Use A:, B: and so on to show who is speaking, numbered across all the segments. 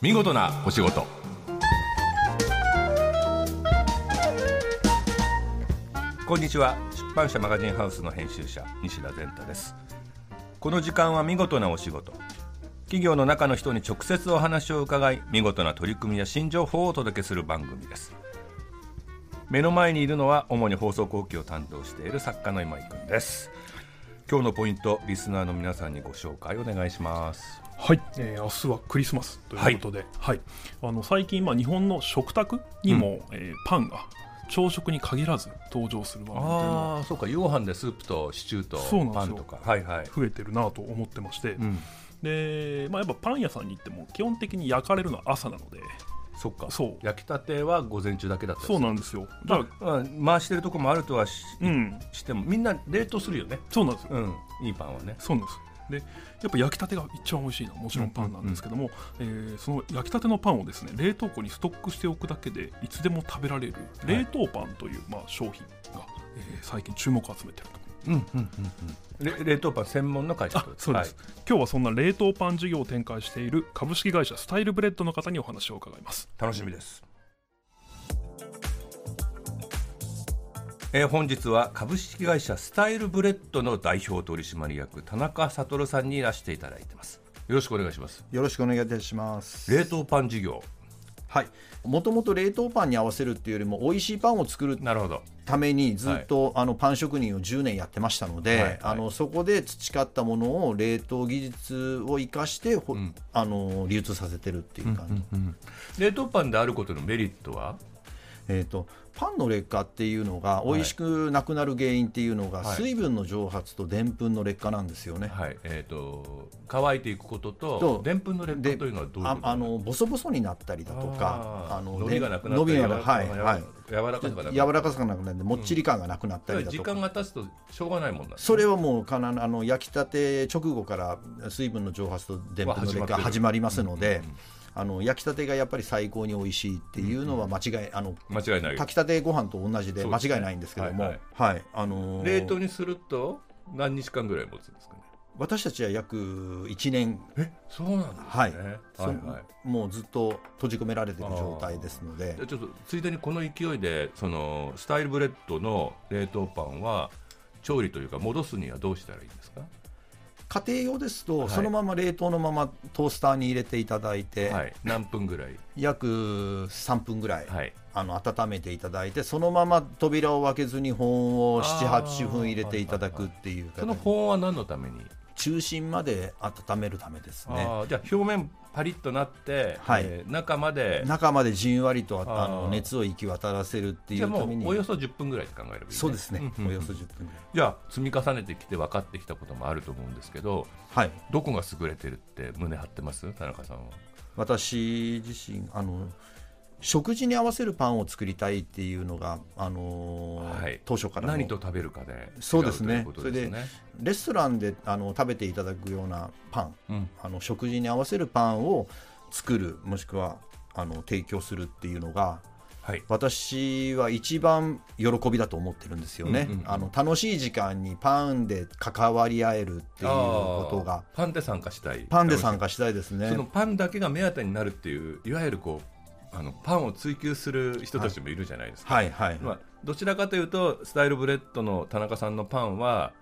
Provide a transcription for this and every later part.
A: 見事なお仕事こんにちは出版社マガジンハウスの編集者西田善太ですこの時間は見事なお仕事企業の中の人に直接お話を伺い見事な取り組みや新情報をお届けする番組です目の前にいるのは主に放送後期を担当している作家の今井君です今日のポイントリスナーの皆さんにご紹介お願いします
B: はい、えー明日はクリスマスということで、はいあの最近、まあ、日本の食卓にも、えーパンが朝食に限らず登場する場面というのが
A: ああそうか夕飯でスープとシチューと
B: そうなんです
A: パ
B: よ
A: ンとかはいはい、
B: 増えてるなと思ってまして、
A: うん、
B: でまあ、やっぱパン屋さんに行っても基本的に焼かれるのは朝なので
A: そっか
B: そう
A: 焼きたては午前中だけだったりす
B: そ
A: る
B: うなんですよだから
A: うん回してるとこもあるとはし,、
B: うん
A: してもみんな冷凍するよね
B: そうなんですよ
A: うんいいパンはね
B: そうなんですでやっぱ焼きたてが一番美味しいのはもちろんパンなんですけども、えーその焼きたてのパンをですね冷凍庫にストックしておくだけでいつでも食べられる
A: い
B: 冷凍パンという、まあ、商品が、えー最近注目を集めてると
A: うんうんうんうんれ冷凍パン専門の会社
B: あそうです、今日はそんな冷凍パン事業を展開している株式会社スタイルブレッドの方にお話を伺います
A: 楽しみです、えー本日は株式会社スタイルブレッドの代表取締役田中悟さんにいらしていただいてますよろしくお願いします
C: よろしくお願いいたします。
A: 冷凍パン事業
C: はい。もともと冷凍パンに合わせるっていうよりも美味しいパンを作る
A: なるほど
C: ためにずっと、あのパン職人を10年やってましたので、
A: はいはい
C: あのそこで培ったものを冷凍技術を生かしてほ、あの流通させてるっていう感じ。
A: 冷凍パンであることのメリットは
C: えー、とパンの劣化っていうのが美味しくなくなる原因っていうのが、
A: はい
C: 水分の蒸発とでんぷんの劣化なんですよね。
A: はいえー、と乾いていくことと
C: と
A: でんぷんの劣化
C: で
A: というのはどういうこ
C: あ
A: と
C: あのボソボソになったりだとか
A: あー
C: の
A: 伸びがなくなった
C: 伸
A: り
C: び
A: 柔
C: が
A: ら
C: な
A: か
C: く
A: さが
C: はいはい
A: 柔らかさがなくな
C: 柔らかさがなくなってもっちり感がなくなったりだ
A: 時
C: とか、
A: 間が経つとしょうがないもんなんです
C: それはもうかなあの焼きたて直後から水分の蒸発とでんぷんの劣化
A: は始
C: 始
A: ま
C: ま
A: ってる
C: りますので、あの焼きたてがやっぱり最高に美味しいっていうのは間違い、あの
A: 間違いない
C: 炊きたてご飯と同じで
A: そう
C: 間
A: ですね
C: 違いないんですけども、
A: は
C: はいいあのー
A: 冷凍にすると何日間ぐらい持つんですかね
C: 私たちは約1年、
A: えそうなんですね
C: はい
A: はいはい
C: そもうずっと閉じ込められてる状態ですので
A: じゃあちょっとついでにこの勢いでそのスタイルブレッドの冷凍パンは調理というか戻すにはどうしたらいいんですか
C: 家庭用ですと、
A: い
C: そのまま冷凍のままトースターに入れていただいて、
A: はい何分ぐらい
C: 約3分ぐらい
A: はい
C: あの温めていただいてそのまま扉を開けずに保温を
A: あー
C: 78分入れていただくっていう
A: その
C: 形
A: 保温は何のために、
C: 中心まで温めるためですね
A: あーじゃあ表面パリッとなって、
C: はい
A: えー中まで
C: 中までじんわりとあ
A: あー
C: あの熱を行き渡らせるってい
A: じゃあ
C: う
A: も
C: ため
A: うおよ
C: に
A: そ10分ぐらいって考えればいい、ね、
C: そうですね
A: んんん
C: およそ10分ぐらい
A: じゃあ積み重ねてきて分かってきたこともあると思うんですけど
C: はい
A: どこが優れてるって胸張ってます田中さんは
C: 私自身あの食事に合わせるパンを作りたいっていうのが、あのー
A: はい
C: 当初からの
A: 何と食べるかで違う
C: そうですね
A: ということですね
C: レストランであの食べていただくようなパン
A: うん
C: あの食事に合わせるパンを作るもしくはあの提供するっていうのが
A: はい
C: 私は一番喜びだと思ってるんですよね、
A: うんうんうん
C: あの楽しい時間にパンで関わり合えるっていうことが
A: あーパンで参加したい
C: パンで参加したいですね
A: そのパンだけが目当てになるっていういわゆるこうあのパンを追求する人たちもいるじゃないですか、
C: はいはい、
A: まあ、どちらかというとスタイルブレッドの田中さんのパンは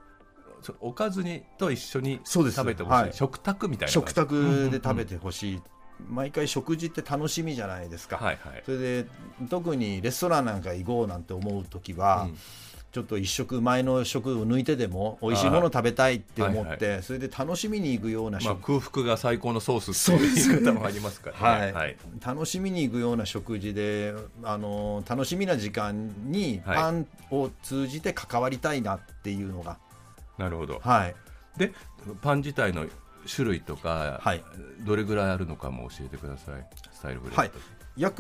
A: そおかずにと一緒に
C: そ
A: 食
C: うです
A: べてほしい、
C: はい
A: 食卓みたいな感
C: 食
A: じ
C: 卓で食べてほしい、毎回食事って楽しみじゃないですか、
A: はいはい
C: それで特にレストランなんか行こうなんて思う時は、
A: うん
C: ちょっと一食前の食を抜いてでも美味しいもの食べたいって思って、
A: はい
C: それで楽しみに行くような
A: まあ、空
C: 食、
A: 腹が最高のソースっていう言い方もありますからね、
C: はい楽しみに行くような食事であの楽しみな時間に
A: はい
C: パンを通じて関わりたいなっていうのが、
A: なるほど
C: はい、
A: でパン自体の種類とか、
C: はい
A: どれぐらいあるのかも教えてくださいスタイルブレッド、
C: はい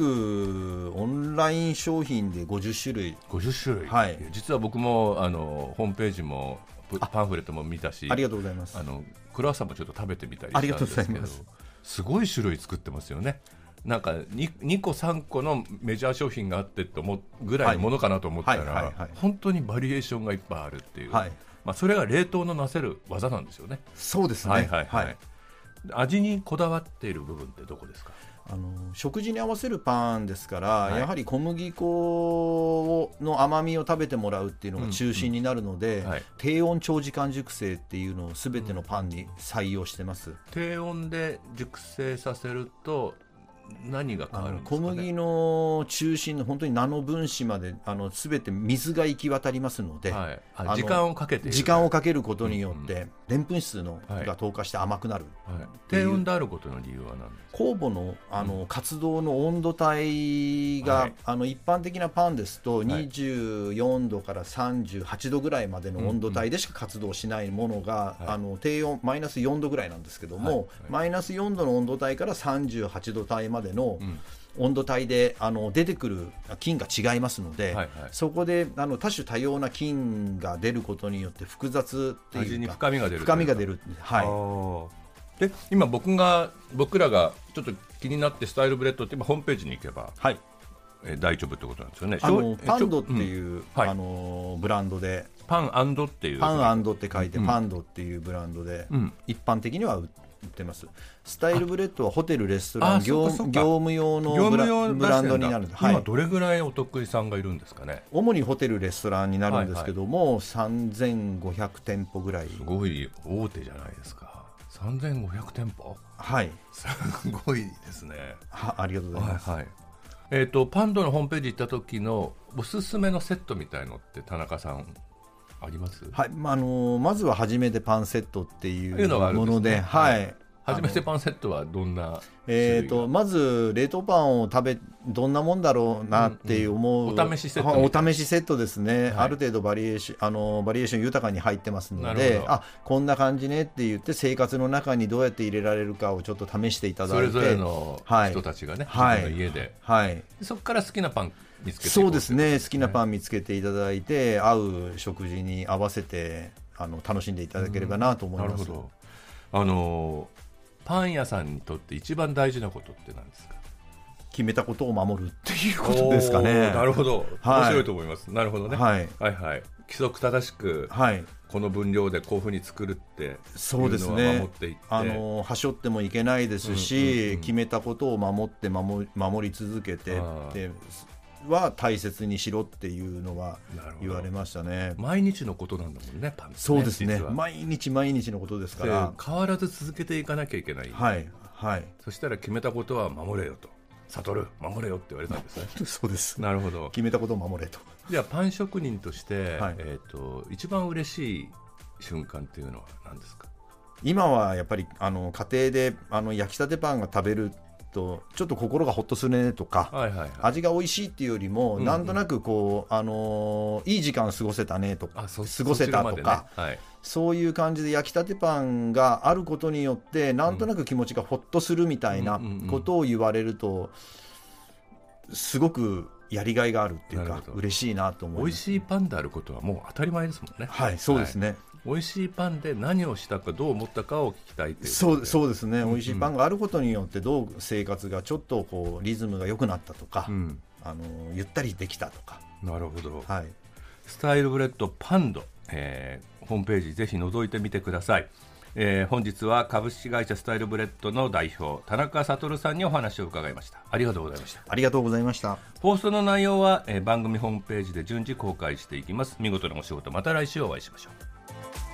C: 約オンライン商品で50種類
A: 50種類、
C: はい
A: 実は僕もあのホームページもぷパンフレットも見たし
C: ありがとうございます
A: あのクロワッサンもちょっと食べてみたりした
C: あ
A: ん
C: り
A: で
C: がとうござ
A: すけ
C: い
A: ど
C: ます
A: すごい種類作ってますよねなんか 2, 2個3個のメジャー商品があってと思うぐらいのものかなと思ったら、
C: はいはいはいはい
A: 本当にバリエーションがいっぱいあるっていう、
C: はい
A: まあ、それが冷凍のなせる技なんですよね
C: そうですね
A: はいはいはい、味にこだわっている部分ってどこですか
C: あの食事に合わせるパンですから、
A: はい
C: やはり小麦粉の甘みを食べてもらうっていうのが中心になるので、
A: うんはい
C: 低温長時間熟成っていうのを全てのパンに採用してます、
A: 低温で熟成させると何が変わ
C: あ
A: るん
C: の
A: ですか、
C: 小
A: ね、
C: 麦の中心の本当にナノ分子まであの全て水が行き渡りますので、
A: はい、
C: あ
A: あ
C: の
A: 時間をかけている
C: 時間をかけることによってでんぷん質の
A: はい
C: が透過して甘くなる、
A: はい、低温であることの理由は何ですか
C: 酵母のあの活動の温度帯が、
A: はい
C: あの一般的なパンですと
A: い
C: 24度から38度ぐらいまでの温度帯でしか活動しないものが、
A: はい
C: あの低温マイナス4度ぐらいなんですけども、
A: はいはい
C: マイナス4度の温度帯から38度帯までの
A: うん
C: 温度帯であの出てくる菌が違いますので、
A: はいはい
C: そこであの多種多様な菌が出ることによって複雑って
A: 味
C: い
A: に
C: うか
A: 深みが出る
C: 深みが出
A: る
C: る、はい、
A: で今僕が僕らがちょっと気になってスタイルブレッドって今ホームページに行けば、
C: はい
A: えー大丈夫ってことなんですよね
C: あ
A: しょ
C: の
A: うえ
C: パンドっ
A: ち
C: て
A: ょ
C: いう、
A: はい
C: あのブランドで
A: うんパンっていう
C: パンって書いて
A: うん
C: パンドっていうブランドで
A: うん
C: 一般的には売ってますスタイルブレッドはホテルレストラ
A: あ
C: ン業
A: あそうかそう
C: 務
A: か
C: 業務用の
A: 業
C: ブラ
A: 務用
C: ブランドになるんで
A: 出してんだ今
C: はい
A: どれぐらいお得意さんがいるんですかね
C: 主にホテルレストランになるんですけども、3500店舗ぐらい
A: すごい大手じゃないですか3500店舗
C: はい
A: すごいですね
C: はありがとうござい
A: は
C: ます、
A: いはいえー、とパンドのホームページ行った時のおすすめのセットみたいのって田中さんあります、
C: はいまああのまずは初めてパンセットってい
A: いう
C: う
A: のがあるんで
C: も
A: すね
C: のではい、
A: 初めてパンセットはどんな
C: えー、
A: 種
C: と
A: 類が
C: まず冷凍パンを食べどんなもんだろうなって思う、
A: うんうんお試しセットみたいな
C: あお試しセットですね、
A: い
C: ある程度バリエーションあのバリエーション豊かに入ってますの
A: なる
C: で
A: ほど
C: あこんな感じねって言って生活の中にどうやって入れられるかをちょっと試していただ
A: そ
C: い
A: れぞ
C: て
A: れの人たちがね、
C: は
A: 自
C: い
A: 分の家で
C: はい、
A: そこから好きなパン見つけていこ
C: そうですね好きなパ
A: ン
C: ン見つけていただいて合う食事に合わせてあの楽しんでいただければなと思い
A: なる
C: ま
A: ほ
C: す、
A: どあのーパン屋さんにとって一番大事なことって何ですか
C: 決めたことを守るっていうことですかね
A: おーなるほど
C: はい
A: 面白いと思います、なるほどね、
C: はい
A: はいはい規則正しく
C: はい
A: この分量でこういうふうに作るって
C: そうですね
A: いうのは守っていって
C: あのはしょってもいけないですし、
A: うんうんうん
C: 決めたことを守って守り守り続けて
A: あー
C: では大切にしろっていうのは
A: なるほど
C: 言われましたね。
A: 毎日のことなんだもんねパンって
C: そうですね
A: 実は
C: 毎日毎日のことですか
A: で
C: ら、
A: 変わらず続けていかなきゃいけない、
C: はいはい、
A: そしたら決めたことは守れよと悟る守れよって言われたんですね
C: そうです
A: なるほど
C: 決めたことを守れと。
A: じゃあパン職人として、
C: はい
A: えー、と一番嬉しい瞬間っていうのは何ですか
C: 今はやっぱりあの家庭であの焼きたてパンが食べるとちょっと心がほっとするねとか、
A: はいはいはい
C: 味が美味しいっていうよりも、
A: んうん
C: なんとなくこう、あのーいい時間過ごせたねとか
A: あそ
C: 過ご
A: そ
C: せたと
A: ちらま
C: か
A: でねはい、
C: そういう感じで焼きたてパンがあることによってなんとなく気持ちがほっとするみたいな
A: うんうんうん
C: ことを言われるとすごくやりがいがあるっていう
A: なる
C: か
A: ほど
C: 嬉しいなと思い
A: 美
C: ま
A: 味
C: す。
A: しいパンであることはもう当たり前ですもんね
C: はい、そうですね。
A: 美味しいパンで何をしたかどう思ったかを聞きたいっていう
C: そう
A: う
C: そうですね。
A: ん
C: 美味しいパンがあることによってどう生活がちょっとこうリズムが良くなったとか、
A: うん、
C: あのーゆったりできたとか、
A: なるほど、
C: はい、
A: スタイルブレッドパンド、えーホームページぜひ覗いてみてください、えー本日は株式会社スタイルブレッドの代表田中悟さんにお話を伺いましたありがとうございました
C: ありがとうございました。
A: 放送の内容は、えー番組ホームページで順次公開していきます見事なお仕事また来週お会いしましょう